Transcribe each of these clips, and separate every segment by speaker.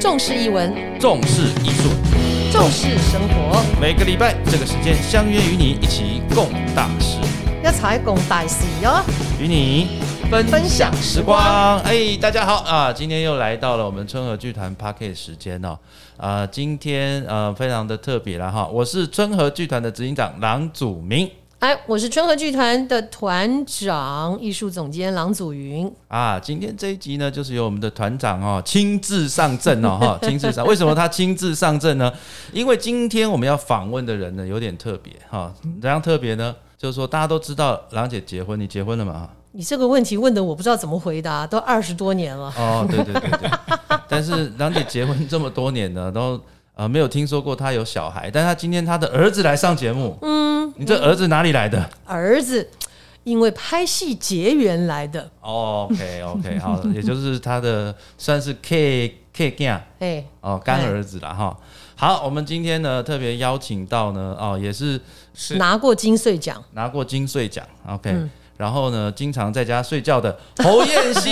Speaker 1: 重视译文，
Speaker 2: 重视艺术，
Speaker 1: 重视生活，
Speaker 2: 每个礼拜这个时间相约与你一起共大事，
Speaker 1: 一齊共大事哟！
Speaker 2: 与你分
Speaker 1: 分享时光
Speaker 2: 哎，大家好啊，今天又来到了我们春和剧团 p a r k e t 时间哦。啊，今天呃非常的特别了哈，我是春和剧团的执行长郎祖明。
Speaker 1: 哎，我是春和剧团的团长、艺术总监郎祖云。
Speaker 2: 啊，今天这一集呢，就是由我们的团长哦亲自上阵哦 哈，亲自上。为什么他亲自上阵呢？因为今天我们要访问的人呢有点特别哈，怎样特别呢？就是说大家都知道郎姐结婚，你结婚了嘛？
Speaker 1: 你这个问题问的我不知道怎么回答，都二十多年了。
Speaker 2: 哦，对对对 对。但是郎姐结婚这么多年呢，都呃没有听说过她有小孩，但她今天她的儿子来上节目，嗯，你这儿子哪里来 的？
Speaker 1: 儿子因为拍戏结缘来的，
Speaker 2: 哦 OK OK，好，也就是他的算是 K K 干
Speaker 1: 哎，
Speaker 2: 哦，干儿子啦哈。好，我们今天呢特别邀请到呢哦，也是
Speaker 3: 是
Speaker 1: 拿过金穗奖，
Speaker 2: 拿过金穗奖，OK，、然
Speaker 1: 嗯
Speaker 2: 后呢经常在家睡 觉的侯彦希，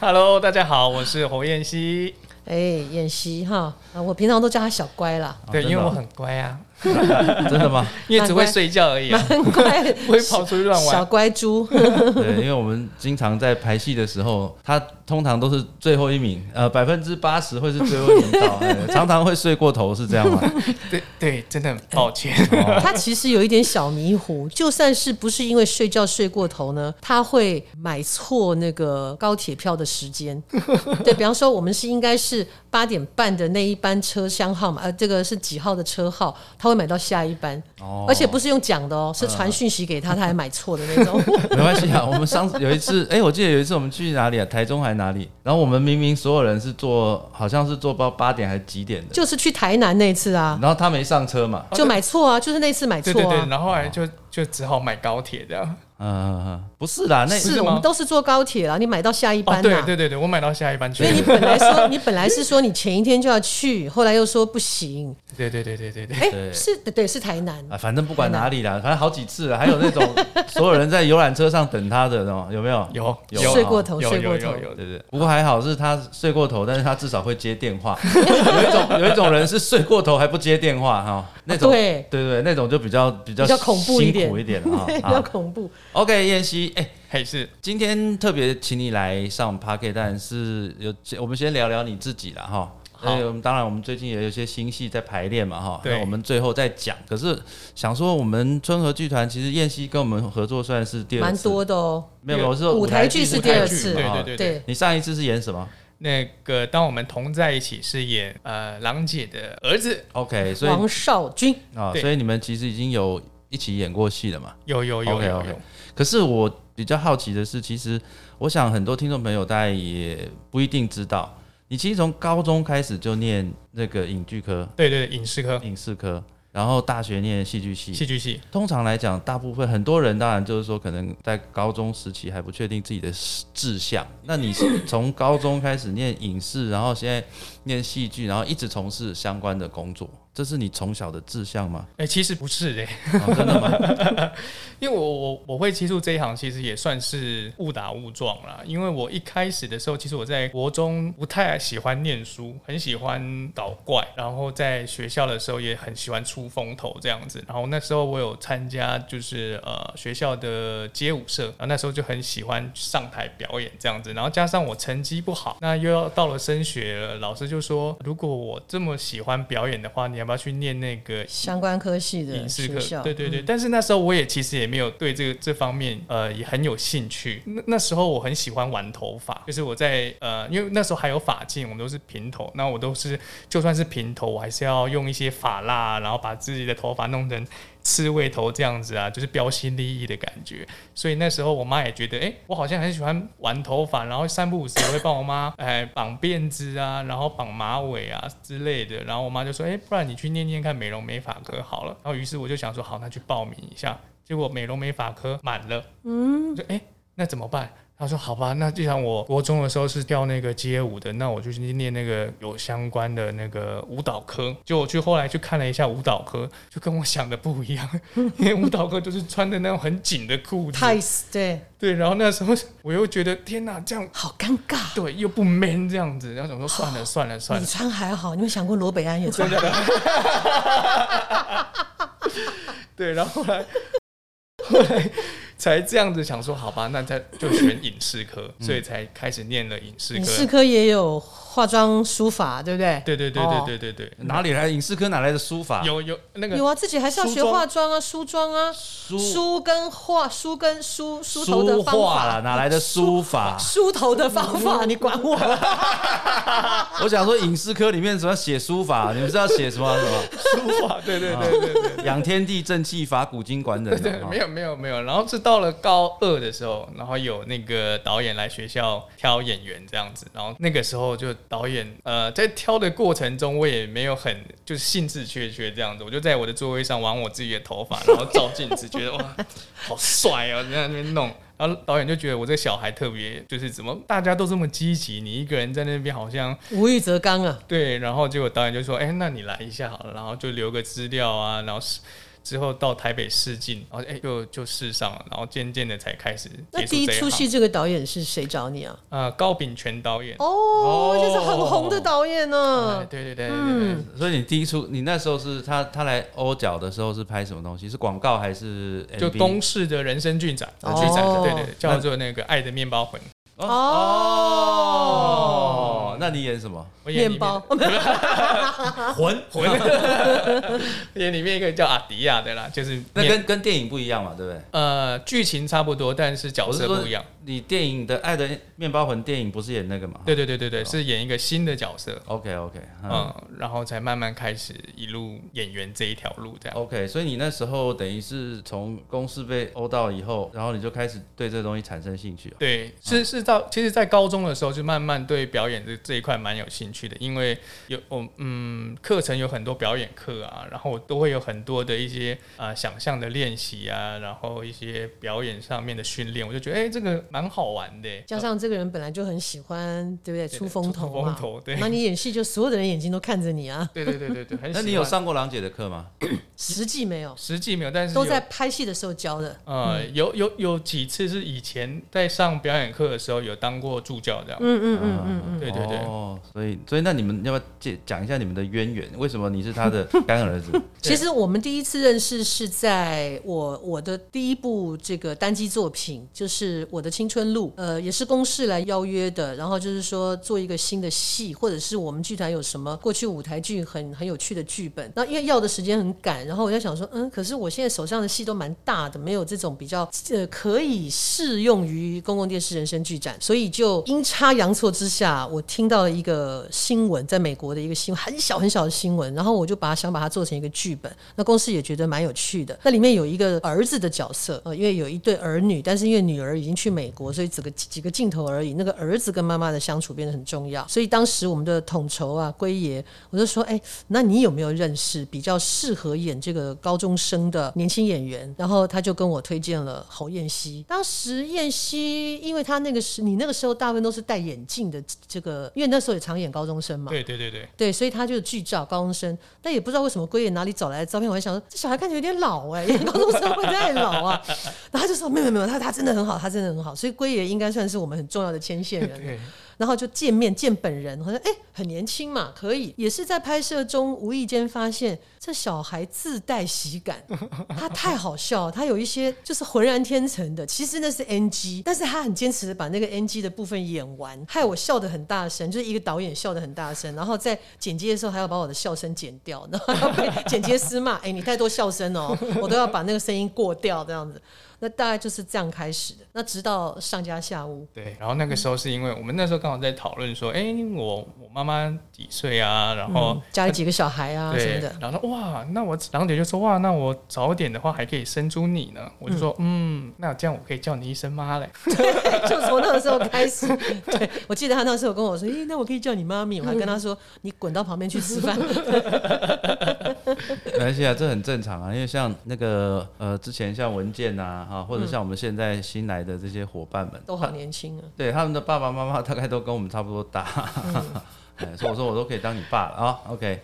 Speaker 3: ，Hello，大家好，我是侯彦希。
Speaker 1: 哎，燕西哈、啊，我平常都叫他小乖啦，
Speaker 3: 对，
Speaker 2: 真
Speaker 3: 因
Speaker 2: 的
Speaker 3: 为
Speaker 2: 哦
Speaker 3: 我很乖啊，
Speaker 2: 真的吗？
Speaker 3: 因为只会睡觉而已、啊，
Speaker 1: 很乖，
Speaker 3: 不会跑出去乱
Speaker 1: 小
Speaker 3: 玩。
Speaker 1: 乖猪，
Speaker 2: 对，因为我们经常在排戏的时候，他通常都是最后一名，呃，百分之八十会是最后一名 到，哎常常会睡过头，是这样吗？
Speaker 3: 对对，真的很抱歉。
Speaker 2: 哦啊
Speaker 1: 他其实有一点小迷糊，就算是不是因为睡觉睡过头呢，他会买错那个高铁票的时 间。对比方说，我们是应该是八点半的那一班车厢号码，呃，这个是几号的车号，他会买到下一班，
Speaker 2: 哦
Speaker 1: 而且不是用讲的哦，
Speaker 3: 嗯
Speaker 1: 是传讯息给他，他还买错的那 种。
Speaker 2: 没关系啊，我们上次有一次，哎、我记得有一次我们去哪里啊？台中还哪里？然后我们明明所有人是坐，好像是坐到八点还是几点的，
Speaker 1: 就是去台南那次啊，
Speaker 2: 然后他没上车嘛，
Speaker 1: 就买错啊，就是那次买错
Speaker 3: 哦对对对，
Speaker 1: 啊。
Speaker 3: 然后后
Speaker 2: 哦
Speaker 3: 来就就只好买高铁这样。
Speaker 2: 嗯嗯嗯，不是啦，那
Speaker 3: 是
Speaker 1: 是
Speaker 3: 吗
Speaker 1: 我们都是坐高铁啊，你买到下一班
Speaker 3: 哦，
Speaker 1: 啊。
Speaker 3: 对对对对，我买到下一班去
Speaker 1: 所以。你本来说你本来是说你前一天就要去，后来又说不行，
Speaker 3: 对对对对对对，
Speaker 1: 哎、
Speaker 2: 对
Speaker 1: 是对对，是台南。
Speaker 2: 啊，反正不管哪里啦，反正好几次了，还有那种所有人在游览车上等他的，哦有没有？
Speaker 3: 有有
Speaker 1: 睡过头
Speaker 3: 有
Speaker 1: 睡过
Speaker 3: 有
Speaker 1: 头
Speaker 3: 有有，
Speaker 2: 对对，不过还好是他睡过头，但是他至少会接电话。有一种有一种人是睡过头还不接电话哈、那种、
Speaker 1: 对
Speaker 2: 对对，那种就比较比较
Speaker 1: 比较恐怖一点
Speaker 2: 辛苦一点了
Speaker 1: 比
Speaker 2: 哈
Speaker 1: 较
Speaker 2: 啊。
Speaker 1: 恐怖。
Speaker 2: OK，燕西，哎、
Speaker 3: 还是
Speaker 2: 今天特别请你来上 p a r k e t 但是有我们先聊聊你自己啦哈。
Speaker 3: 好
Speaker 2: 呃，我们当然我们最近也有一些新戏在排练嘛哈，
Speaker 3: 对
Speaker 2: 那我们最后再讲。可是想说，我们春和剧团其实燕西跟我们合作算是第二
Speaker 1: 蛮
Speaker 2: 次，
Speaker 1: 多的哦。
Speaker 2: 没有，我是说
Speaker 1: 舞台剧是第二
Speaker 3: 舞台剧
Speaker 1: 次，
Speaker 3: 对
Speaker 2: 嘛
Speaker 3: 对对对。
Speaker 1: 对，
Speaker 2: 你上一次是演什么
Speaker 3: 那个当我们同在一起是演呃郎姐的儿子，
Speaker 2: ？OK，所以
Speaker 1: 王少军
Speaker 2: 啊，
Speaker 3: 对
Speaker 2: 所以你们其实已经有一起演过戏了嘛？
Speaker 3: 有有有
Speaker 2: OK，
Speaker 3: 有
Speaker 2: OK
Speaker 3: 有，
Speaker 2: 可是我比较好奇的是，其实我想很多听众朋友大概也不一定知道，你其实从高中开始就念那个影剧科、
Speaker 3: 对对对，影视科
Speaker 2: 影视科，然后大学念戏剧系。
Speaker 3: 戏剧系，
Speaker 2: 通常来讲，大部分很多人当然就是说，可能在高中时期还不确定自己的志向。那你是从高中开始念影视，然后现在念戏剧，然后一直从事相关的工作，这是你从小的志向吗？
Speaker 3: 哎，其实不是哎，
Speaker 2: 哦、真的吗？
Speaker 3: 因为我我我会接触这一行，其实也算是误打误撞啦。因为我一开始的时候，其实我在国中不太喜欢念书，很喜欢搞怪，然后在学校的时候也很喜欢出风头这样子。然后那时候我有参加就是呃学校的街舞社，然后那时候就很喜欢上台表演这样子。然后加上我成绩不好，那又要到了升学了，老师就说，如果我这么喜欢表演的话，你要不要去念那个
Speaker 1: 相关科系的
Speaker 3: 影视
Speaker 1: 学校，嗯
Speaker 3: 课，对对对。但是那时候我也其实也没有对这个这方面呃也很有兴趣。那那时候我很喜欢玩头发，就是我在呃，因为那时候还有发镜，我们都是平头，那我都是就算是平头，我还是要用一些发蜡，然后把自己的头发弄成刺猬头这样子啊，就是标新立异的感觉。所以那时候我妈也觉得，哎、我好像很喜欢玩头发，然后三不五时也会帮我妈 哎绑辫子啊，然后绑马尾啊之类的。然后我妈就说，哎、不然你去念念看美容美发科好了。然后于是我就想说，好，那去报名一下。结果美容美发科满了，嗯，就哎、那怎么办？他说好吧，那既然我国中的时候是跳那个街舞的，那我就去念那个有相关的那个舞蹈科。就我去后来去看了一下舞蹈科，就跟我想的不一样， 因为舞蹈科就是穿的那种很紧的裤子，啊
Speaker 1: 太嗯对，
Speaker 3: 对。然后那时候我又觉得天哪，这样
Speaker 1: 好尴尬。
Speaker 3: 对又不 man 这样子，然后想说算了算了算
Speaker 1: 哦你
Speaker 3: 了，
Speaker 1: 穿还好，你有没有想过罗北安也穿？
Speaker 3: 对。然后后来后来。才这样子想说，好吧，那再就选影视科， 所以才开始念了影视
Speaker 1: 嗯
Speaker 3: 科。
Speaker 1: 影视科也有化妆书法，对不对？
Speaker 3: 对对对
Speaker 1: 哦
Speaker 3: 对对对对，
Speaker 2: 哪里来的影视科哪来的书法？
Speaker 3: 有有那个
Speaker 1: 有啊，自己还是要
Speaker 3: 梳
Speaker 1: 学
Speaker 3: 妆
Speaker 1: 化妆啊，梳妆啊，
Speaker 2: 书
Speaker 1: 梳跟画，梳跟梳梳头的
Speaker 2: 书
Speaker 1: 方
Speaker 2: 画
Speaker 1: 法
Speaker 2: 啦，哪来的书法？
Speaker 1: 梳头的方 法，你管我？
Speaker 2: 我想说影视科里面怎么写书 法？你们是要写什么什么？
Speaker 3: 书法，对对对对对。
Speaker 2: 养天地正气法古今啊管等
Speaker 3: 对，
Speaker 2: 的。
Speaker 3: 没
Speaker 2: 有。
Speaker 3: 有没有没有，然后是到了高二的时候，然后有那个导演来学校挑演员这样子，然后那个时候就导演呃在挑的过程中，我也没有很就是兴致缺缺这样子，我就在我的座位上玩我自己的头发，然后照镜子，觉得哇好帅哦，在那边弄。然后导演就觉得我这小孩特别，就是怎么大家都这么积极，你一个人在那边好像
Speaker 1: 无欲则刚啊，
Speaker 3: 对，然后结果导演就说：“哎、那你来一下好了。”然后就留个资料啊，然后是之后到台北试镜，然后哎、就就试上了，然后渐渐的才开始
Speaker 1: 那
Speaker 3: 接触
Speaker 1: 第一
Speaker 3: 这
Speaker 1: 出
Speaker 3: 一行。
Speaker 1: 戏这个导演是谁找你啊？
Speaker 3: 呃，高秉权导演，
Speaker 1: 哦，就是很红的导演
Speaker 3: 哎
Speaker 1: 呢。
Speaker 3: 对对对对对
Speaker 1: 嗯
Speaker 3: 对，
Speaker 2: 所以你第一出，你那时候是他他来欧角的时候是拍什么东西？是广告还是 MV？
Speaker 3: 就公式的人生剧展，
Speaker 1: 哦
Speaker 3: 剧展对对，对叫做那个《爱的面包魂》，
Speaker 1: 哦
Speaker 2: 哦，那你演什么？
Speaker 3: 我演里
Speaker 1: 面
Speaker 3: 面
Speaker 1: 包，
Speaker 2: 魂魂，
Speaker 3: 演里面一个叫阿迪亚的啦，就是
Speaker 2: 那
Speaker 3: 面
Speaker 2: 跟跟电影不一样嘛，对不对？
Speaker 3: 呃剧情差不多，但是角
Speaker 2: 我是
Speaker 3: 色
Speaker 2: 说
Speaker 3: 不一样。
Speaker 2: 你电影的《爱的面包魂》电影不是演那个嘛？
Speaker 3: 对对对对
Speaker 2: 哦
Speaker 3: 对，是演一个新的角色，
Speaker 2: ，OK OK，嗯
Speaker 3: 嗯，然后才慢慢开始一路演员这一条路这样。
Speaker 2: ，OK，所以你那时候等于是从公司被殴到以后，然后你就开始对这东西产生兴趣哦。
Speaker 3: 对，是是到，其实，在高中的时候就慢慢对表演这这一块蛮有兴趣的，因为有我嗯课程有很多表演课啊，然后我都会有很多的一些啊、呃想象的练习啊，然后一些表演上面的训练，我就觉得哎、这个蛮好玩的。
Speaker 1: 加上这个人本来就很喜欢，对不对？出风头
Speaker 3: 出风
Speaker 1: 嘛
Speaker 3: 头对。
Speaker 1: 那你演戏就所有的人眼睛都看着你啊，
Speaker 3: 对对对对 对，很喜
Speaker 2: 那
Speaker 3: 欢
Speaker 2: 你有上过郎姐的课吗？
Speaker 1: 实际没有，
Speaker 3: 实 际没有，但是
Speaker 1: 都
Speaker 3: 有
Speaker 1: 在拍戏的时候教的。
Speaker 3: 呃
Speaker 2: 嗯
Speaker 3: 有有有几次是以前在上表演课的时候有当过助教这样。
Speaker 1: 嗯嗯嗯嗯嗯。
Speaker 3: 对对对，
Speaker 2: 哦，所以所以那你们要不要介讲一下你们的渊源？为什么你是他 的干儿子？
Speaker 1: 其实我们第一次认识是在我我的第一部这个单机作品，就是《我的青春路》，呃，也是公视来邀约的。然后就是说做一个新的戏，或者是我们剧团有什么过去舞台剧很很有趣的剧本。那因为要的时间很赶，然后我在想说，嗯，可是我现在手上的戏都蛮大的，没有这种比较呃可以适用于公共电视人生剧展，所以就阴差阳错之下，我听到了一个新闻，在美国的一个新闻，很小很小的新闻，然后我就把它想把它做成一个剧本。那公司也觉得蛮有趣的。那里面有一个儿子的角色，呃，因为有一对儿女，但是因为女儿已经去美国，所以只个几个镜头而已。那个儿子跟妈妈的相处变得很重要，所以当时我们的统筹啊，龟爷，我就说，哎、那你有没有认识比较适合演这个高中生的年轻演员？然后他就跟我推荐了侯燕西。当时燕西，因为他那个时，你那个时候大部分都是戴眼镜的，这个因为那时候也常演高中
Speaker 2: 嗯
Speaker 1: 生嘛。
Speaker 3: 对对对对，
Speaker 1: 对，所以他就剧照高中生，但也不知道为什么龟爷哪里找来的照片，我还想说这小孩看起来有点老哎、演高中生会不会太老啊。 然后他就说没有没有，他他真的很好，他真的很好，所以龟爷应该算是我们很重要的牵线人了。然后就见面见本人，好像哎很年轻嘛，可以。也是在拍摄中无意间发现这小孩自带喜感， 他太好笑了，他有一些就是浑然天成的，其实那是 NG，但是他很坚持的把那个 NG 的部分演完，害我笑得很大声，就是一个导演笑得很大声，然后在剪接的时候还要把我的笑声剪掉，然后还要被剪接师骂， 哎你太多笑声哦，我都要把那个声音过掉这样子。那大概就是这样开始的，那直到上家下屋，
Speaker 3: 对，然后那个时候是因为我们那时候刚好在讨论说，哎、我我妈妈几岁啊？然后、
Speaker 1: 嗯，家里几个小孩啊什么
Speaker 3: 对
Speaker 1: 的，，
Speaker 3: 然后哇，那我郎姐就说哇，那我早点的话还可以生出你呢。我就说嗯那这样我可以叫你一声妈嘞。
Speaker 1: 就从那个时候开始， 对我记得他那时候跟我说：“咦、那我可以叫你妈咪？”我还跟他说：“你滚到旁边去吃 饭。
Speaker 2: 没关系啊，
Speaker 1: 嗯
Speaker 2: 这很正常啊，因为像那个呃，之前像文件呐、啊，哈，或者像我们现在新来的这些伙伴们
Speaker 1: 都好年轻啊。
Speaker 2: 对他们的爸爸妈妈大概都跟我们差不多大，
Speaker 3: 嗯
Speaker 2: 哎，所以我说我都可以当你爸了啊。OK，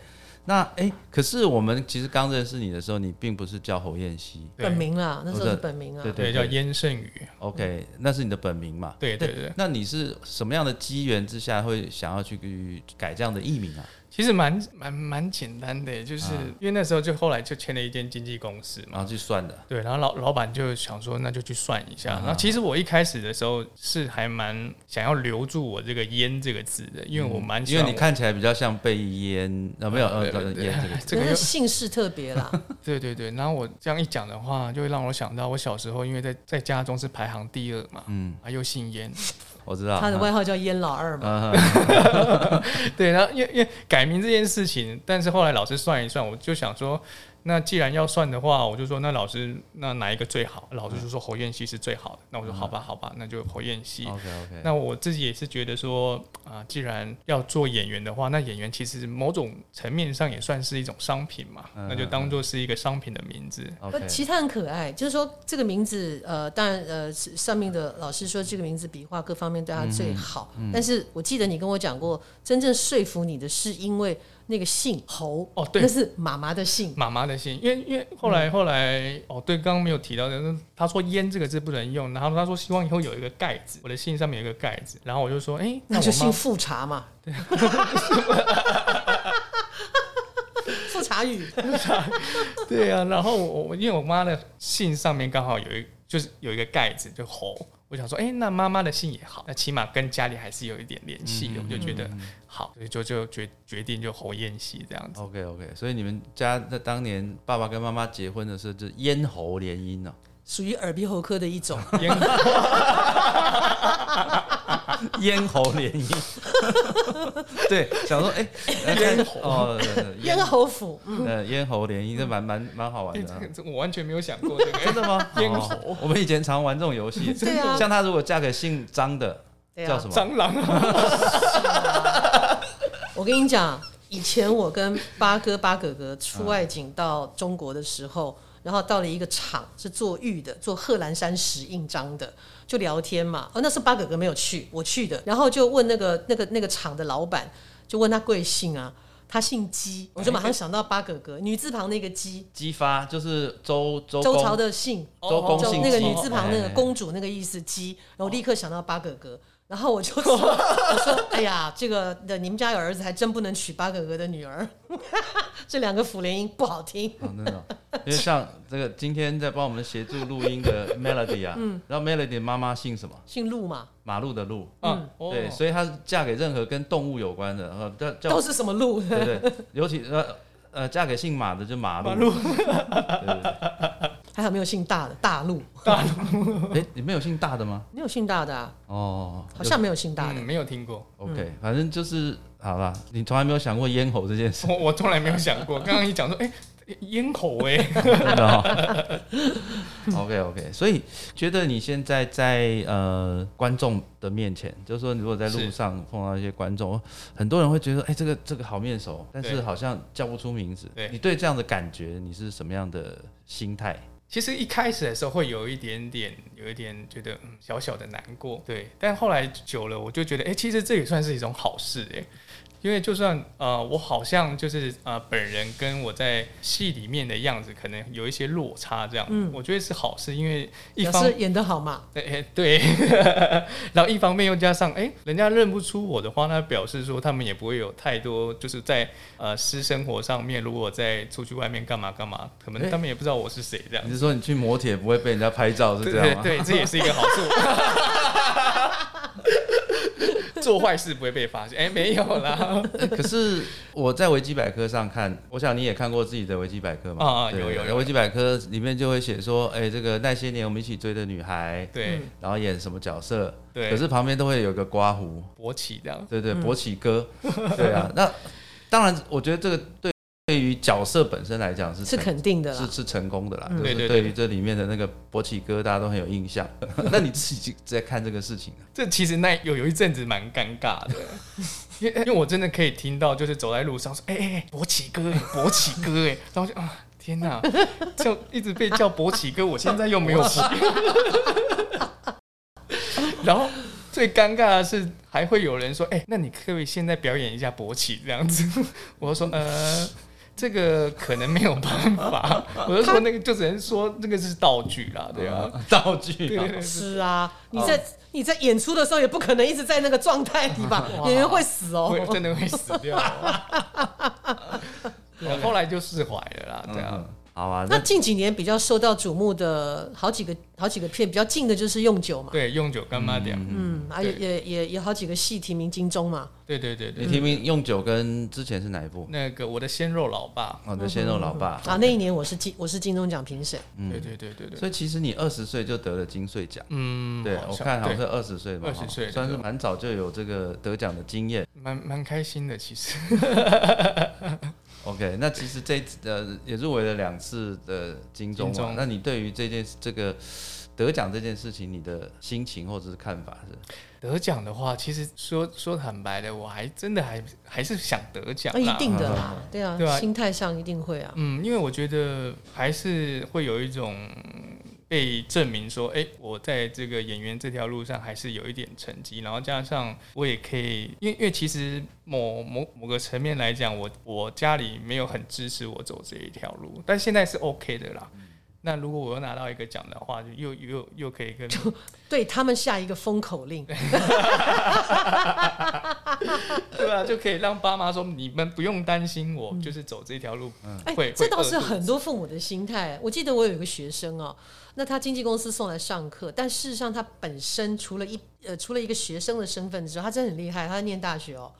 Speaker 2: 那哎、可是我们其实刚认识你的时候，你并不是叫侯彦希，
Speaker 3: 对
Speaker 1: 本名啦，那时候
Speaker 2: 我
Speaker 1: 是
Speaker 2: 知道
Speaker 1: 本名啊
Speaker 2: 对。
Speaker 3: 对，叫燕胜宇，
Speaker 2: OK，那是你的本名嘛？
Speaker 3: 对对对。
Speaker 2: 那你是什么样的机缘之下会想要去改这样的艺名啊？
Speaker 3: 其实蛮蛮蛮简单的，就是因为那时候就后来就签了一间经纪公司嘛
Speaker 2: 然，后去算的，
Speaker 3: 对，然后老老板就想说，那就去算一下。然后其实我一开始的时候是还蛮想要留住我这个“烟”这个字的，因为我蛮
Speaker 2: 嗯
Speaker 3: 喜
Speaker 2: 因
Speaker 3: 欢
Speaker 2: 为
Speaker 3: 我、
Speaker 2: 你看起来比较像被淹啊，没有呃
Speaker 3: 对对对
Speaker 2: 淹这个
Speaker 3: 这个
Speaker 1: 可
Speaker 3: 又
Speaker 1: 是姓氏特别 啦，
Speaker 3: 对对对。然后我这样一讲的话，就会让我想到我小时候，因为在在家中是排行第二嘛，嗯，啊又姓烟，
Speaker 2: 我知道。
Speaker 1: 他的外号叫烟老二嘛。
Speaker 2: 嗯，
Speaker 3: 对。然后因为因为改名这件事情，但是后来老师算一算，我就想说。那既然要算的话，我就说那老师那哪一个最好？老师就说侯彦希是最好的。那我说
Speaker 2: 嗯
Speaker 3: 好吧，好吧，那就侯彦 希。
Speaker 2: OK OK，
Speaker 3: 那我自己也是觉得说啊、既然要做演员的话，那演员其实某种层面上也算是一种商品嘛，
Speaker 2: 嗯
Speaker 3: 那就当做是一个商品的名字。
Speaker 1: 不
Speaker 2: 啊 OK，，
Speaker 1: 其他很可爱，就是说这个名字，呃，当然，呃，是上面的老师说这个名字笔画各方面对他最好，
Speaker 2: 嗯
Speaker 1: 但是我记得你跟我讲过，真正说服你的是因为那个姓侯，
Speaker 3: 哦对
Speaker 1: 那是妈妈的姓，
Speaker 3: 妈妈的姓，因为因为后来后来哦，对，刚刚没有提到的，他说“烟”这个字不能用，然后他说希望以后有一个盖子，我的姓上面有一个盖子，然后我就说，哎、那
Speaker 1: 那就
Speaker 3: 我妈
Speaker 1: 姓富察嘛。 富察语，
Speaker 3: 对啊，然后我我因为我妈的姓上面刚好有一就是有一个盖子，就侯。我想说，哎、那妈妈的姓也好，那起码跟家里还是有一点联系的，我就觉得好，所以就就决决定就侯宴席这样子。
Speaker 2: OK OK，所以你们家在当年爸爸跟妈妈结婚的时候，就是咽喉联姻哦，
Speaker 1: 属于耳鼻喉科的一种。
Speaker 3: 咽
Speaker 2: 咽喉联姻。对，想说哎，咽喉哦，对对对
Speaker 1: 咽喉嗯府，
Speaker 2: 呃咽喉联姻，这蛮蛮蛮好玩
Speaker 3: 这
Speaker 2: 的啊
Speaker 3: 个。这个我完全没有想过这个，
Speaker 2: 真的吗？
Speaker 3: 咽
Speaker 2: 哦我们以前常玩这种游戏。
Speaker 1: 对啊，
Speaker 2: 像她如果嫁给姓张的，
Speaker 1: 对啊
Speaker 2: 叫什么？
Speaker 3: 蟑螂啊，
Speaker 1: 我跟你讲，以前我跟八哥、八哥哥出外景到中国的时候，然后到了一个厂是做玉的，做贺兰山石印章的，就聊天嘛。哦，那时候八哥哥没有去，我去的，然后就问那个那个那个厂的老板，就问他贵姓啊。他姓姬，我就马上想到八哥哥，女字旁那个姬，
Speaker 2: 姬发就是周周
Speaker 1: 周
Speaker 2: 公
Speaker 1: 朝的姓，
Speaker 2: 周公
Speaker 1: 就
Speaker 2: 姓
Speaker 1: 那个
Speaker 2: 姬
Speaker 1: 女字旁那个
Speaker 2: 哎
Speaker 1: 公主那个意思姬，然后我立刻想到八哥哥，然后我就说我说哎呀，这个的你们家有儿子还真不能娶八哥哥的女儿， 这两个辅联音不好听。
Speaker 2: 哦，真的哦、因为像这个今天在帮我们协助录音的 Melody 啊，然后 Melody 妈妈姓什么？
Speaker 1: 姓陆嘛，
Speaker 2: 马路的路，
Speaker 3: 嗯，哦
Speaker 2: 对，所以她嫁给任何跟动物有关的，呃，叫叫
Speaker 1: 都是什么陆？
Speaker 2: 对对，尤其呃呃，嫁给姓马的就马路，
Speaker 3: 马路
Speaker 2: 对对对。
Speaker 1: 还好没有姓大的大陆，
Speaker 2: 哎、你们有姓大的吗？
Speaker 1: 没有姓大的、啊，
Speaker 2: 哦，
Speaker 1: 好像没嗯有姓大的。
Speaker 3: 嗯没有听过，
Speaker 2: 有 OK，、反正就是好啦，你从来没有想过咽喉这 件事，
Speaker 3: 我我从来没有想过。刚刚一讲说，哎、咽喉哎、
Speaker 2: 真的、哦。OK OK，所以觉得你现在在呃观众的面前，就是说，如果在路
Speaker 3: 是
Speaker 2: 上碰到一些观众，很多人会觉得，哎、这个这个好面熟，但是
Speaker 3: 对
Speaker 2: 好像叫不出名字。
Speaker 3: 对
Speaker 2: 你对这样的感觉，你是什么样的心态？
Speaker 3: 其实一开始的时候会有一点点，有一点觉得嗯小小的难过，对。但后来久了，我就觉得，哎、其实这也算是一种好事、哎。因为就算呃，我好像就是呃，本人跟我在戏里面的样子可能有一些落差，这样，我觉得是好事，因为一
Speaker 1: 嗯表
Speaker 3: 方
Speaker 1: 示演得好嘛，
Speaker 3: 哎、哎对， 然后一方面又加上哎、人家认不出我的话，那表示说他们也不会有太多就是在呃私生活上面，如果在出去外面干嘛干嘛，可能
Speaker 2: 哎
Speaker 3: 他们也不知道我是谁这样
Speaker 2: 你。是说你去磨铁不会被人家拍照是
Speaker 3: 对
Speaker 2: 这样
Speaker 3: 对
Speaker 2: 吗？
Speaker 3: 对，这也是一个好处。 做坏事不会被发现，哎、没有啦，
Speaker 2: 可是我在维基百科上看，我想你也看过自己的维基百科嘛？
Speaker 3: 啊啊
Speaker 2: 对
Speaker 3: 有有有有
Speaker 2: 维基百科里面就会写说，哎、这个那些年我们一起追的女孩，
Speaker 3: 对
Speaker 2: 然后演什么角色？
Speaker 3: 对嗯
Speaker 2: 可是旁边都会有一个刮胡，
Speaker 3: 勃起这样，
Speaker 2: 对对，勃起 哥，对啊。那当然，我觉得这个对对于角色本身来讲是
Speaker 1: 是
Speaker 2: 成
Speaker 1: 肯定的
Speaker 2: 是
Speaker 1: 啦。
Speaker 2: 是成功的啦，
Speaker 1: 嗯
Speaker 2: 就
Speaker 3: 对
Speaker 2: 是
Speaker 3: 对
Speaker 2: 对
Speaker 3: 对
Speaker 2: 于这里面的那个勃起哥，大家都很有印象。 那你自己在看这个事情啊，
Speaker 3: 这其实那有有一阵子蛮尴尬的，因为因为我真的可以听到，就是走在路上说，哎、哎、哎，勃起哥哎，勃起哥哎，然后就啊，天哪，就一直被叫勃起哥，我现在又没有勃起 然后最尴尬的是，还会有人说：“哎、那你可不可以现在表演一下勃起这样子？”我就说：“呃，这个可能没有办法。”我就说：“那个就只能说那个是道具啦，对啊，
Speaker 2: 道
Speaker 3: 对
Speaker 2: 具嗯
Speaker 3: 对对。”
Speaker 1: 是啊，你在
Speaker 2: 哦
Speaker 1: 你在演出的时候也不可能一直在那个状态里 吧，演员会死哦。
Speaker 3: 会真的会死掉。对，后来就释怀了啦，对啊
Speaker 2: 嗯，好啊，
Speaker 1: 那
Speaker 2: 那
Speaker 1: 近几年比较受到瞩目的好几个好几个片，比较近的就是《用酒》嘛，
Speaker 3: 对，用酒干妈点，
Speaker 1: 嗯，啊也也也也好几个戏提名金钟嘛，
Speaker 3: 对对对
Speaker 2: 你
Speaker 3: 对，
Speaker 2: 听听用酒跟之前是哪一部？
Speaker 3: 那个我的鲜肉老爸，
Speaker 2: 哦，的鲜肉老爸。
Speaker 3: 嗯
Speaker 1: 啊那一年我是金我是金钟奖评审，
Speaker 3: 对对对对对，
Speaker 2: 所以其实你二十岁就得了金穗奖，
Speaker 3: 嗯，
Speaker 2: 对
Speaker 3: 像
Speaker 2: 我看好像
Speaker 3: 对
Speaker 2: 是二十岁吧，
Speaker 3: 20岁
Speaker 2: 哦算是蛮早就有这个得奖的经验。
Speaker 3: 蛮蛮开心的，其实
Speaker 2: OK，那其实这一次呃也入围了两次的金钟
Speaker 3: 金
Speaker 2: 嘛
Speaker 3: 钟，
Speaker 2: 那你对于这件这个得奖这件事情，你的心情或者是看法是？
Speaker 3: 得奖的话，其实说说坦白的，我还真的还还是想得奖
Speaker 1: 哦那一
Speaker 3: 啦，
Speaker 1: 定的啦，对啊
Speaker 3: 对，啊
Speaker 1: 心态上一定会啊，
Speaker 3: 嗯，因为我觉得还是会有一种被证明说，哎、我在这个演员这条路上还是有一点成绩，然后加上我也可以，因为因为其实某某某个层面来讲，我我家里没有很支持我走这一条路，但现在是 OK 的
Speaker 1: 嗯
Speaker 3: 啦。那如果我又拿到一个奖的话，就又又又可以跟
Speaker 1: 对他们下一个封口令，
Speaker 3: 对啊，就可以让爸妈说你们不用担心
Speaker 1: 嗯
Speaker 3: 我，就是走这条路
Speaker 1: 哎、
Speaker 3: 嗯会
Speaker 1: 这
Speaker 3: 会
Speaker 1: 倒是
Speaker 3: 饿肚子
Speaker 1: 很多父母的心态。我记得我有一个学生哦，那他经纪公司送来上课，但事实上他本身除了一呃除了一个学生的身份之后，他真的很厉害，他在念大学哦，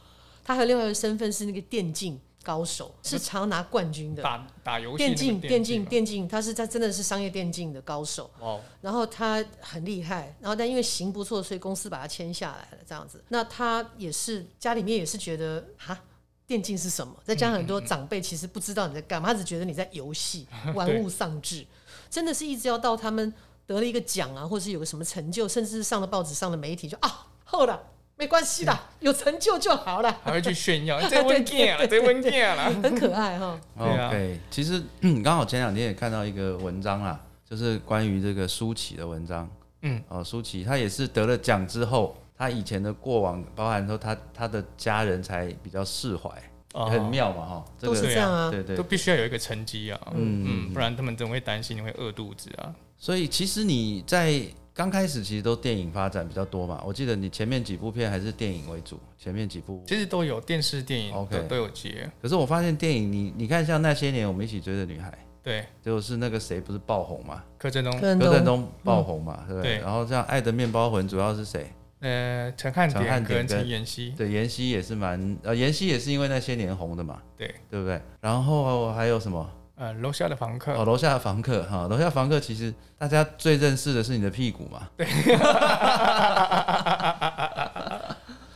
Speaker 1: 他还有另外一个身份是那个电竞高手，是常拿冠军的。
Speaker 3: 打打游戏
Speaker 1: 电
Speaker 3: 那个啊
Speaker 1: 竞、电竞、
Speaker 3: 嘛
Speaker 1: 电竞，他是在真的是商业电竞的高手。
Speaker 3: 哦，
Speaker 1: 然后他很厉害，然后但因为行不错，所以公司把他签下来了，这样子。那他也是家里面也是觉得哈。电竞是什么？再加上很多长辈其实不知道你在 干嘛，他只觉得你在游戏、玩物丧志。真的是一直要到他们得了一个奖啊，或是有个什么成就，甚至是上了报纸、上了媒体，就啊，后了，没关系的，
Speaker 3: 嗯
Speaker 1: 有成就就好了，
Speaker 3: 还会去炫耀，哎这温健了，这温健了。
Speaker 1: 很可爱哈。
Speaker 3: 对啊
Speaker 2: OK，其哦实嗯刚好前两天也看到一个文章啦，就是关于这个舒淇的文章。
Speaker 3: 嗯，
Speaker 2: 哦，舒淇她也是得了奖之后，她以前的过往，包含说她她的家人才比较释怀，
Speaker 3: 哦
Speaker 2: 很妙嘛哈、这
Speaker 1: 都
Speaker 2: 个
Speaker 1: 是这样啊
Speaker 2: 对对
Speaker 3: 都必须要有一个成绩啊，
Speaker 2: 嗯
Speaker 3: 嗯不然他们真会担心你会饿肚子啊。
Speaker 2: 所以其实你在刚开始其实都电影发展比较多嘛，我记得你前面几部片还是电影为主，前面几部。
Speaker 3: 其实都有电视、电影都
Speaker 2: 哦 OK
Speaker 3: 都有接，
Speaker 2: 可是我发现电影你你看像那些年我们一起追的女孩，
Speaker 3: 对，
Speaker 2: 就是那个谁不是爆红嘛，
Speaker 3: 柯震东，
Speaker 1: 柯
Speaker 2: 柯震东爆红嘛，
Speaker 1: 嗯
Speaker 2: 对不对？
Speaker 3: 对
Speaker 2: 然后像《爱的面包魂》主要是谁？
Speaker 3: 呃，陈汉
Speaker 2: 陈汉典
Speaker 3: 典跟
Speaker 2: 跟
Speaker 3: 陈妍希，
Speaker 2: 对，妍希也是蛮呃，妍希也是因为那些年红的嘛，
Speaker 3: 对，
Speaker 2: 对不对？然后还有什么？
Speaker 3: 呃，楼下的房客
Speaker 2: 哦，，楼下的房客哈，楼下房客其实大家最认识的是你的屁股嘛，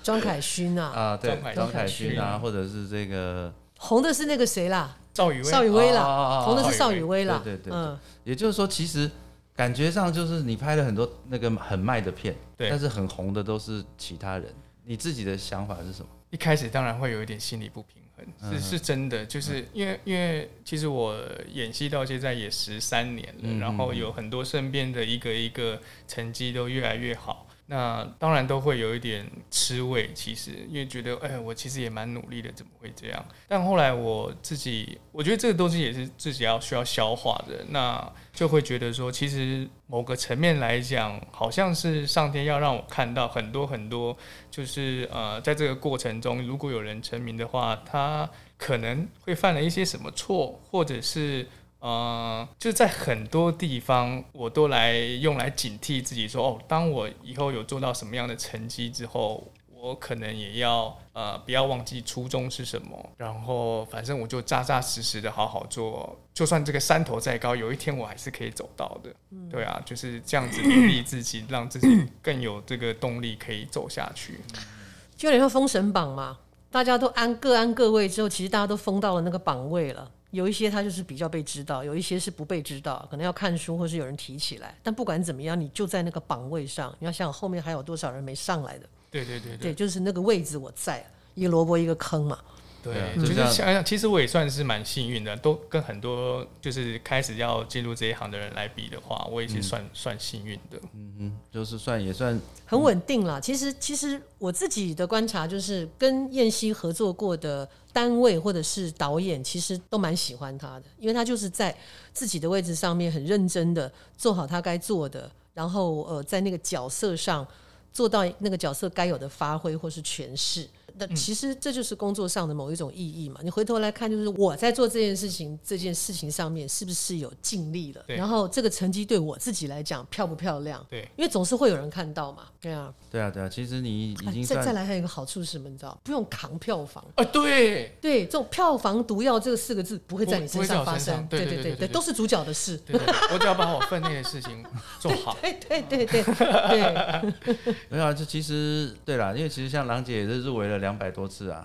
Speaker 1: 庄凯勋啊，
Speaker 2: 啊，对
Speaker 3: 张凯，
Speaker 2: 张凯
Speaker 3: 勋
Speaker 2: 勋啊，或者是这个
Speaker 1: 红的是那个谁啦，
Speaker 3: 赵宇
Speaker 1: 邵
Speaker 3: 威，
Speaker 1: 雨薇
Speaker 2: 哦哦哦
Speaker 1: 啦，
Speaker 2: 哦
Speaker 1: 红的是邵雨薇啦，
Speaker 2: 对对对
Speaker 1: 嗯。
Speaker 2: 也就是说，其实感觉上就是你拍了很多那个很卖的片，
Speaker 3: 对
Speaker 2: 但是很红的都是其他人。你自己的想法是什么？
Speaker 3: 一开始当然会有一点心理不平
Speaker 2: 嗯
Speaker 3: 衡，是是真的，就是因为因为其实我演戏到现在也十三年了，
Speaker 2: 嗯
Speaker 3: 然后有很多身边的一个一个成绩都越来越好。那当然都会有一点吃味，其实因为觉得，哎、我其实也蛮努力的，怎么会这样？但后来我自己，我觉得这个东西也是自己要需要消化的，那就会觉得说，其实某个层面来讲，好像是上天要让我看到很多很多就是呃，在这个过程中，如果有人成名的话，他可能会犯了一些什么错，或者是呃，就在很多地方我都来用来警惕自己说，哦，当我以后有做到什么样的成绩之后。我可能也要呃，不要忘记初衷是什么，然后反正我就扎扎实实的好好做，就算这个山头再高，有一天我还是可以走到的。对啊，就是这样子鼓励自己，让自己更有这个动力可以走下去。
Speaker 1: 就有点像封神榜嘛，大家都安各安各位之后，其实大家都封到了那个榜位了。有一些他就是比较被知道，有一些是不被知道，可能要看书或是有人提起来。但不管怎么样，你就在那个榜位上，你要想后面还有多少人没上来的，
Speaker 3: 对对对对，
Speaker 1: 对，就是那个位置我在，一个萝卜一个坑嘛。
Speaker 3: 对
Speaker 2: 对啊，
Speaker 3: 嗯就
Speaker 2: 就是这样
Speaker 3: 想想，其实我也算是蛮幸运的，都跟很多就是开始要进入这一行的人来比的话，我也是算、算幸运的。
Speaker 2: 嗯，就是算也算
Speaker 1: 很稳定啦。其实，其实我自己的观察就是，跟燕西合作过的单位或者是导演，其实都蛮喜欢他的，因为他就是在自己的位置上面很认真的做好他该做的，然后呃，在那个角色上做到那个角色该有的发挥或是诠释。那其实这就是工作上的某一种意义嘛。你回头来看，就是我在做这件事情，这件事情上面是不是有尽力了？
Speaker 3: 对
Speaker 1: 然后这个成绩对我自己来讲漂不漂亮？
Speaker 3: 对，
Speaker 1: 因为总是会有人看到嘛，对啊。
Speaker 2: 对啊对啊，其实你已
Speaker 1: 啊
Speaker 2: 经
Speaker 1: 再再
Speaker 2: 算
Speaker 1: 来还有一个好处是什么？你知道，不用扛票房。
Speaker 3: 啊，对，
Speaker 1: 对，这种票房毒药这个四个字不会在你身上发生。
Speaker 3: 不会在我身上对
Speaker 1: 对
Speaker 3: 对对对
Speaker 1: 对，
Speaker 3: 对
Speaker 1: 都是主角的事。。
Speaker 3: 对，我只要把我分内的事情做 好
Speaker 1: 对对对对对，
Speaker 2: 没有啊，这其实对啦，因为其实像郎姐也是入围了两百多次 啊，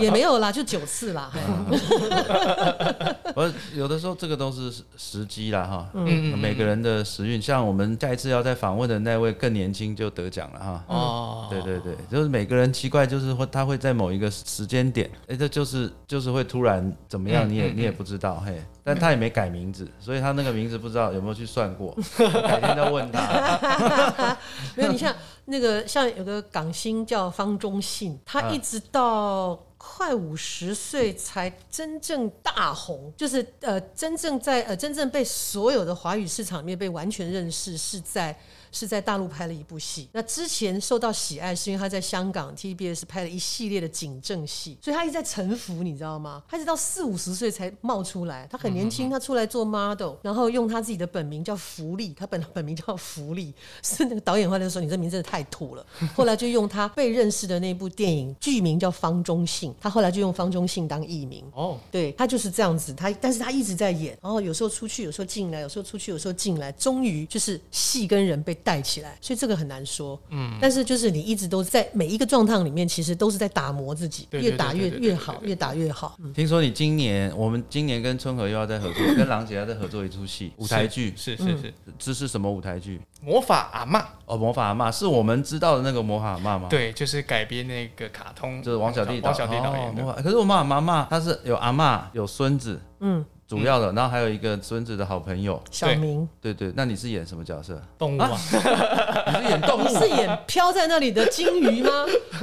Speaker 1: 也没有啦，就九次啦。哎
Speaker 2: 我有的时候这个都是时时机啦哈，
Speaker 3: 嗯
Speaker 2: 每个人的时运，像我们下一次要再访问的那位更年轻就得奖了哈。
Speaker 3: 哦，
Speaker 2: 对对对，就是每个人奇怪，就是会他会在某一个时间点，哎、这就是就是会突然怎么样，
Speaker 3: 嗯
Speaker 2: 你也、
Speaker 3: 嗯
Speaker 2: 你也不知道，嘿，但他也没改名字，所以他那个名字不知道有没有去算 过，改天再问他。
Speaker 1: 没有，你看那个像有个港星叫方中信，他
Speaker 2: 啊
Speaker 1: 一直到快五十岁才真正大红，就是呃，真正在呃，真正被所有的华语市场里面被完全认识，是在是在大陆拍了一部戏。那之前受到喜爱，是因为他在香港 TBS 拍了一系列的警政戏，所以他一直在沉浮，你知道吗？他一直到四五十岁才冒出来，他很年轻，他出来做 model，然后用他自己的本名叫福利，他本本名叫福利，是那个导演后来说你这名字真的太土了， 后来就用他被认识的那部电影剧名叫方中信，他后来就用方中信当艺名。
Speaker 3: 哦，
Speaker 1: 对他就是这样子，他但是他一直在演，然后有时候出去，有时候进来，有时候出去，有时候进来，终于就是戏跟人被带起来，所以这个很难说。嗯，但是就是你一直都在每一个状态里面，其实都是在打磨自己，
Speaker 3: 对对
Speaker 1: 越打越
Speaker 3: 对对对
Speaker 1: 越好，越打越好。嗯
Speaker 2: 听说你今年，我们今年跟春和又要再合作，跟郎姐要再合作一出戏，舞台剧，
Speaker 3: 是是是，
Speaker 2: 这是什么舞台剧？
Speaker 3: 魔法阿嬷，
Speaker 2: 哦，魔法阿嬷是我们知道的那个魔法阿嬷吗？，
Speaker 3: 对，就是改编那个卡通，
Speaker 2: 就是王小弟导
Speaker 3: 王小弟导演
Speaker 2: 哦
Speaker 3: 的。
Speaker 2: 魔法可是我妈妈妈她是有阿嬷有孙子
Speaker 1: 嗯，
Speaker 2: 主要的，然后还有一个孙子的好朋友。
Speaker 1: 小明，
Speaker 2: 对对，那你是演什么角色？
Speaker 3: 动物啊，
Speaker 2: 你是演 动
Speaker 1: 你
Speaker 2: 物
Speaker 1: 是演飘在那里的金鱼吗？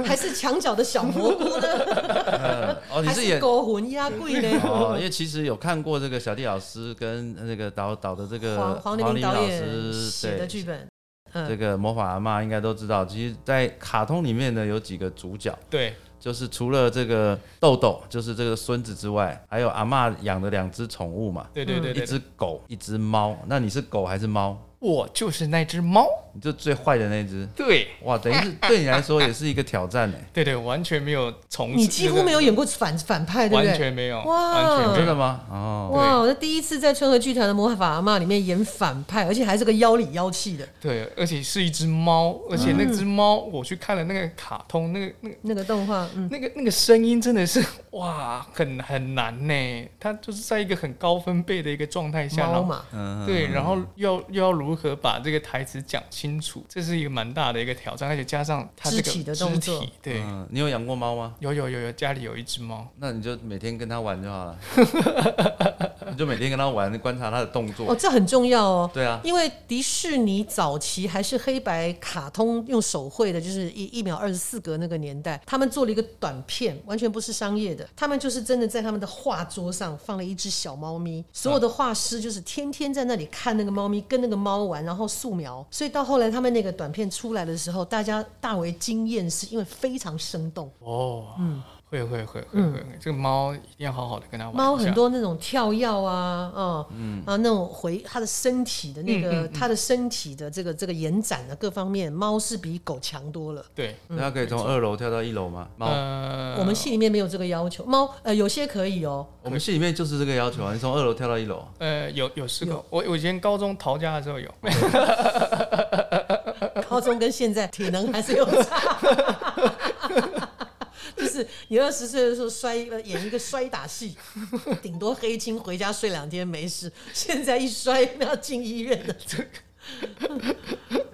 Speaker 1: 还是墙角的小蘑菇呢？
Speaker 2: 呃哦，你
Speaker 1: 还
Speaker 2: 是演。
Speaker 1: 勾魂 压柜
Speaker 2: 哦，因
Speaker 1: 呢？
Speaker 2: 为其实有看过这个小弟老师跟那个导导的这个
Speaker 1: 黄黄立明
Speaker 2: 黎
Speaker 1: 导
Speaker 2: 呃老
Speaker 1: 演
Speaker 2: 师
Speaker 1: 写的
Speaker 2: 对
Speaker 1: 剧本，
Speaker 2: 这
Speaker 1: 嗯，
Speaker 2: 个魔法阿嬷应该都知道。其实，在卡通里面呢，有几个主角，
Speaker 3: 对，
Speaker 2: 就是除了这个豆豆，就是这个孙子之外，还有阿嬷养的两只宠物嘛，
Speaker 3: 对对对
Speaker 2: 一
Speaker 3: 对，
Speaker 2: 只狗，一只猫。那你是狗还是猫？
Speaker 3: 我就是那只猫，
Speaker 2: 你就最坏的那只。
Speaker 3: 对
Speaker 2: 哇，等于是对你来说也是一个挑战欸呢。
Speaker 3: 对对，完全没有从，
Speaker 1: 你几乎没有演过反反派，对不
Speaker 3: 完
Speaker 1: 对？
Speaker 3: 全没有，
Speaker 1: 哇
Speaker 3: 完全没有
Speaker 2: 真的吗？哦，
Speaker 1: 哇！我第一次在春和剧团的《魔法阿嬷》里面演反派，而且还是个妖里妖气的
Speaker 3: 对，而且是一只猫，而且那只猫，我去看了那个卡通，那个那个
Speaker 1: 那个动画。嗯，
Speaker 3: 那个那个声音真的是哇，很很难呢。它就是在一个很高分贝的一个状态下，
Speaker 1: 猫
Speaker 3: 然后
Speaker 1: 嘛，
Speaker 2: 嗯，
Speaker 3: 对，然后又要又要如何把这个台词讲清楚，这是一个蛮大的一个挑战，而且加上它这个
Speaker 1: 肢体的动作
Speaker 3: 肢体对，
Speaker 2: 嗯，你有养过猫吗？
Speaker 3: 有有有有，家里有一只猫，
Speaker 2: 那你就每天跟它玩就好 了，你就每天跟它玩，观察它的动
Speaker 1: 哦，
Speaker 2: 作。
Speaker 1: 这很重要哦。
Speaker 2: 对啊，
Speaker 1: 因为迪士尼早期还是黑白卡通用手绘的，就是一一秒二十四格那个年代，他们做了一个短片，完全不是商业的，他们就是真的在他们的画桌上放了一只小猫咪，所有的画师就是天天在那里看那个猫咪，跟那个猫玩，然后素描。所以到后来他们那个短片出来的时候，大家大为惊艳，是因为非常生动。
Speaker 3: 哦，嗯，会会会会会，这个猫一定要好好的跟它玩一
Speaker 1: 嗯
Speaker 3: 下。
Speaker 1: 猫很多那种跳跃啊，哦，
Speaker 2: 嗯
Speaker 1: 啊那种回它的身体的那个、它的身体的这个这个延展的各方面，猫是比狗强多了。
Speaker 3: 对，
Speaker 2: 那它可以从二楼跳到一楼吗？猫，
Speaker 3: 呃
Speaker 2: 嗯
Speaker 1: 我们戏里面没有这个要求，猫呃有些可以哦，
Speaker 2: 我们戏里面就是这个要求啊，你从二楼跳到一楼。
Speaker 3: 呃有有试过，我我以前高中逃家的时候有，
Speaker 1: 高中跟现在体能还是有差。 就是你二十岁的时候摔呃演一个摔打戏，顶多黑青回家睡两天没事，现在一摔要进医 院的。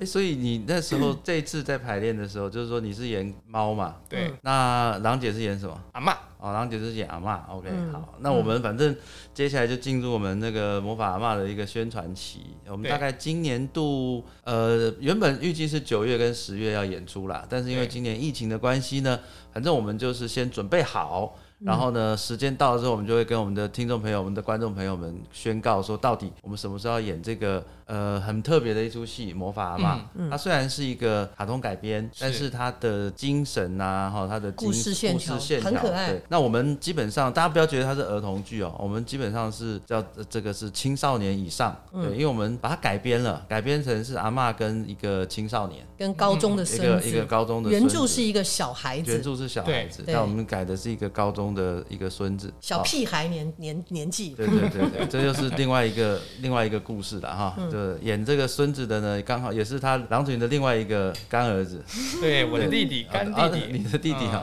Speaker 2: 哎，所以你那时候这一次在排练的时候，就是说你是演猫嘛？
Speaker 3: 对，
Speaker 2: 那郎姐是演什么？
Speaker 3: 阿妈，
Speaker 2: 哦，然后姐是姐阿妈，OK，、好，
Speaker 3: 嗯
Speaker 2: 那我们反正接下来就进入我们那个魔法阿妈的一个宣传期。我们
Speaker 3: 对
Speaker 2: 大概今年度，呃，原本预计是九月跟十月要演出啦，但是因为
Speaker 3: 对
Speaker 2: 今年疫情的关系呢，反正我们就是先准备好。
Speaker 3: 嗯
Speaker 2: 然后呢，时间到了之后，我们就会跟我们的听众朋友、我们的观众朋友们宣告说，到底我们什么时候要演这个呃很特别的一出戏《魔法阿妈》
Speaker 3: 嗯
Speaker 2: 它虽然是一个卡通改编，但是它的精神呐、哈，它的精
Speaker 1: 故事线条
Speaker 2: 故事线条
Speaker 1: 很可爱
Speaker 2: 对那我们基本上，大家不要觉得它是儿童剧哦，我们基本上是叫呃这个是青少年以上，
Speaker 1: 嗯
Speaker 2: 对，因为我们把它改编了，改编成是阿嬷跟一个青少年，
Speaker 1: 跟高中的
Speaker 2: 嗯一
Speaker 1: 孙
Speaker 2: 个
Speaker 1: 子，
Speaker 2: 一个高中的
Speaker 1: 原
Speaker 2: 孙
Speaker 1: 著
Speaker 2: 子
Speaker 1: 是一个小孩
Speaker 2: 原
Speaker 1: 子，
Speaker 2: 著是小孩子，
Speaker 1: 对
Speaker 2: 但我们改的是一个高中的一个孙子，
Speaker 1: 小
Speaker 2: 哦
Speaker 1: 屁孩年年年纪，
Speaker 2: 对对对对，这就是另外一个另外一个故事了
Speaker 1: 嗯
Speaker 2: 哈。就演这个孙子的呢，刚好也是他郎祖筠的另外一个干儿子，
Speaker 3: 对，我的弟弟，干
Speaker 2: 啊
Speaker 3: 弟嗯
Speaker 2: 啊你
Speaker 3: 弟，
Speaker 2: 的弟弟哈。
Speaker 1: 啊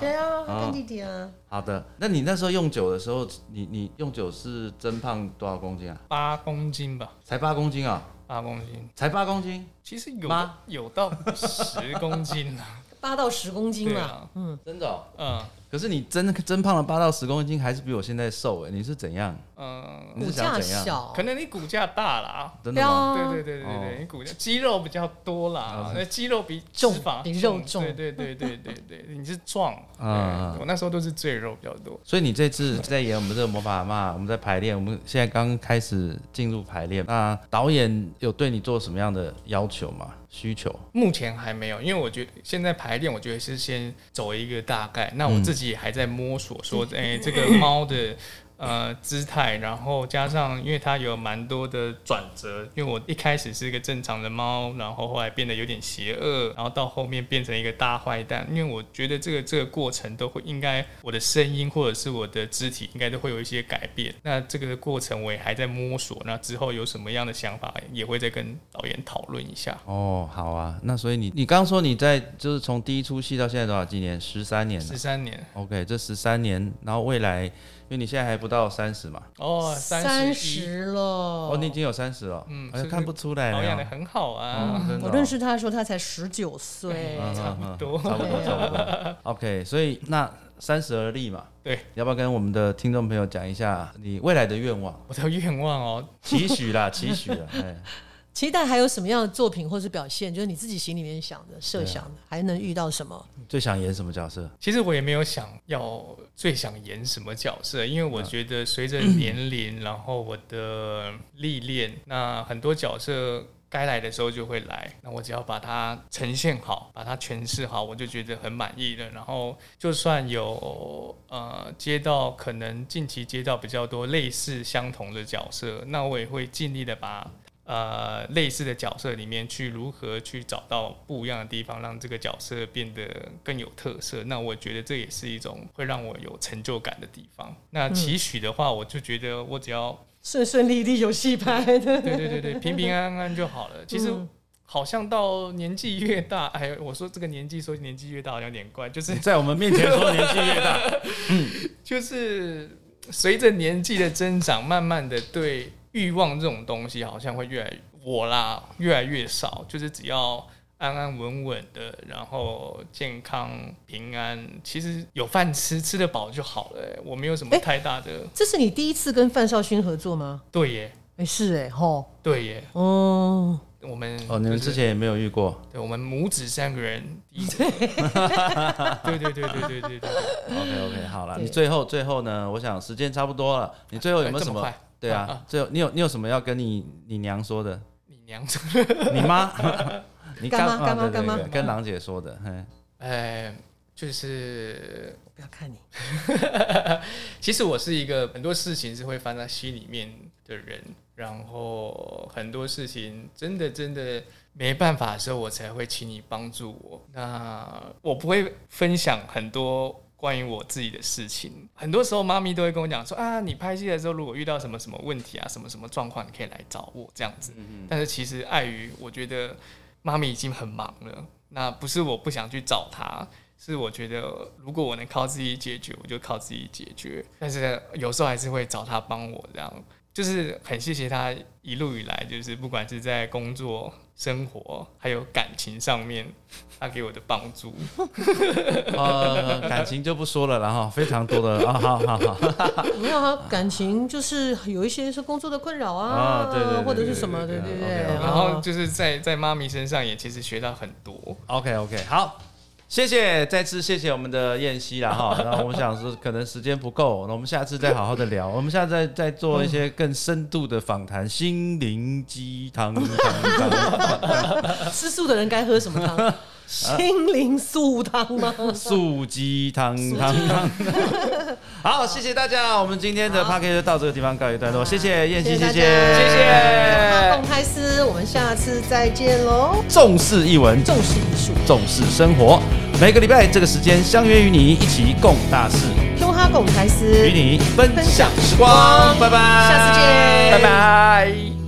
Speaker 2: 哦
Speaker 1: 弟弟啊，
Speaker 2: 好的，那你那时候用酒的时候，你你用酒是增胖多少公斤啊？
Speaker 3: 八公斤吧，
Speaker 2: 才八公斤啊？
Speaker 3: 八公斤，
Speaker 2: 才八公斤？
Speaker 3: 其实有
Speaker 2: 妈
Speaker 3: 有到十公斤了，
Speaker 1: 八到十公斤
Speaker 3: 对
Speaker 1: 嘛，
Speaker 3: 啊，
Speaker 2: 真的、哦？
Speaker 3: 嗯
Speaker 2: 可是你真真胖了八到十公斤，还是比我现在瘦哎？你是怎样？
Speaker 3: 嗯，
Speaker 2: 你
Speaker 1: 骨
Speaker 2: 是想
Speaker 1: 架
Speaker 2: 怎样？
Speaker 1: 小
Speaker 3: 可，能你骨架大了啊。
Speaker 2: 真的吗？
Speaker 1: 对啊
Speaker 3: 对对对对
Speaker 2: 哦
Speaker 3: 对，你骨架肌肉比较多啦
Speaker 2: 哦，
Speaker 3: 那肌肉比脂
Speaker 1: 重
Speaker 3: 肪
Speaker 1: 比肉重
Speaker 3: 对对对对对对，你是壮
Speaker 2: 啊
Speaker 3: 啊，对我那时候都是赘肉比较多，
Speaker 2: 所以你这次在演我们这个魔法阿妈，我们在排练，我们现在刚开始进入排练。那导演有对你做什么样的要求吗？需求？
Speaker 3: 目前还没有，因为我觉得现在排练，我觉得是先走一个大概。那我自己也还在摸索说，哎、这个猫的呃姿态，然后加上因为它有蛮多的呃转折，因为我一开始是一个正常的猫，然后后来变得有点邪恶，然后到后面变成一个大坏蛋。因为我觉得这个这个过程都会应该我的声音或者是我的肢体应该都会有一些改变。那这个过程我也还在摸索，那之后有什么样的想法也会再跟导演讨论一下。
Speaker 2: 哦，好啊。那所以你你刚说你在就是从第一出戏到现在多少几年？十三年了
Speaker 3: 十。三年。
Speaker 2: OK，这十三年，然后未来，因为你现在还不到三十嘛，
Speaker 3: 哦，
Speaker 1: 三
Speaker 3: 十
Speaker 1: 十了，
Speaker 2: 哦，你已经有三十了，
Speaker 3: 嗯
Speaker 2: 哎呀
Speaker 3: 是不是
Speaker 2: 看不出来
Speaker 3: 保养的
Speaker 2: 了。
Speaker 3: 很好
Speaker 2: 哦
Speaker 3: 啊，
Speaker 2: 真的
Speaker 1: 我
Speaker 2: 哦
Speaker 1: 认识他的时候他才十九岁，
Speaker 2: 嗯
Speaker 3: 差不多
Speaker 2: 差不多，差不多。OK，所以那三十而立嘛，
Speaker 3: 对，
Speaker 2: 要不要跟我们的听众朋友讲一下你未来的愿望、
Speaker 3: 我的愿望哦，
Speaker 2: 期许啦，期许啦，哎。
Speaker 1: 期待还有什么样的作品或是表现，就是你自己心里面想的、设想的，
Speaker 2: 啊
Speaker 1: 还能遇到什么？
Speaker 2: 最想演什么角色？
Speaker 3: 其实我也没有想要最想演什么角色，因为我觉得随着年龄，然后我的历练，那很多角色。该来的时候就会来，那我只要把它呈现好，把它诠释好，我就觉得很满意了。然后就算有呃接到可能近期接到比较多类似相同的角色，那我也会尽力的把呃类似的角色里面去如何去找到不一样的地方，让这个角色变得更有特色。那我觉得这也是一种会让我有成就感的地方。那期许的话，我就觉得我只要
Speaker 1: 顺顺利利有戏拍的，
Speaker 3: 对对对对平平安安就好了。其实。好像到年纪越大，哎，我说这个年纪说年纪越大好像有点怪，就是
Speaker 2: 在我们面前说年纪越大，
Speaker 3: 就是随着年纪的增长，慢慢的对欲望这种东西好像会越来我啦越来越少，就是只要安安稳稳的，然后健康平安，其实有饭吃吃得饱就好了、我没有什么
Speaker 1: 哎
Speaker 3: 太大的、
Speaker 1: 这是你第一次跟范少勋合作吗？
Speaker 3: 对耶
Speaker 1: 哎、是哎、吼，
Speaker 3: 对耶，
Speaker 1: 哦，
Speaker 3: 我们
Speaker 2: 哦，你们
Speaker 3: 就是
Speaker 2: 之前也没有遇过。
Speaker 3: 对我们母子三个人，第一次对对对对对对对对，
Speaker 2: OK OK，好了，
Speaker 1: 对
Speaker 2: 你最后最后呢？我想时间差不多了，你最后有没有
Speaker 3: 哎这
Speaker 2: 什么？
Speaker 3: 快
Speaker 2: 对
Speaker 3: 啊
Speaker 2: 啊，最后你有你有什么要跟你你娘说的？
Speaker 3: 你娘
Speaker 2: 你 妈？你
Speaker 1: 干妈
Speaker 2: 啊
Speaker 1: 干妈
Speaker 2: 对对
Speaker 1: 干妈
Speaker 2: 对跟郎姐说 的，嘿
Speaker 3: 哎，就是
Speaker 1: 我不要看你，
Speaker 3: 其实我是一个很多事情是会放在心里面的人，然后很多事情真的真的没办法的时候，我才会请你帮助我。那我不会分享很多。关于我自己的事情，很多时候妈咪都会跟我讲说啊，你拍戏的时候如果遇到什么什么问题啊，什么什么状况，你可以来找我这样子。但是其实碍于我觉得妈咪已经很忙了，那不是我不想去找她，是我觉得如果我能靠自己解决，我就靠自己解决。但是有时候还是会找他帮我这样。就是很谢谢他一路以来，就是不管是在工作、生活还有感情上面，他给我的帮助。
Speaker 2: 呃，感情就不说了啦，然后非常多的啊，好好好，
Speaker 1: 没有啊，感情就是有一些是工作的困扰啊，
Speaker 2: 啊对对对
Speaker 1: 或者是什么，
Speaker 2: 对
Speaker 1: 对
Speaker 2: 对
Speaker 1: 对
Speaker 2: 对
Speaker 1: 对。
Speaker 2: OK，OK
Speaker 3: 然后就是在在妈咪身上也其实学到很多。
Speaker 2: OK OK，好，谢谢，再次谢谢我们的燕西啦哈。然后我们想说，可能时间不够，那我们下次再好好的聊，我们下次再再做一些更深度的访谈，心灵鸡汤。汤汤
Speaker 1: 吃素的人该喝什么 汤？心灵素汤吗？
Speaker 2: 素鸡汤汤汤。 好，谢谢大家，我们今天的 p a
Speaker 1: 好
Speaker 2: c k 就到这个地方告一段落，谢谢燕西，
Speaker 1: 谢谢
Speaker 2: 谢
Speaker 1: 大
Speaker 2: 谢，
Speaker 1: 家
Speaker 2: 谢
Speaker 1: 动开司，我们下次再见喽！
Speaker 2: 重视译文，
Speaker 1: 重视艺术，
Speaker 2: 重视生活，每个礼拜这个时间相约与你一起共大事，
Speaker 1: 胸哈拱台司，
Speaker 2: 与你分享时光，拜拜，
Speaker 1: 下次见
Speaker 2: 拜拜。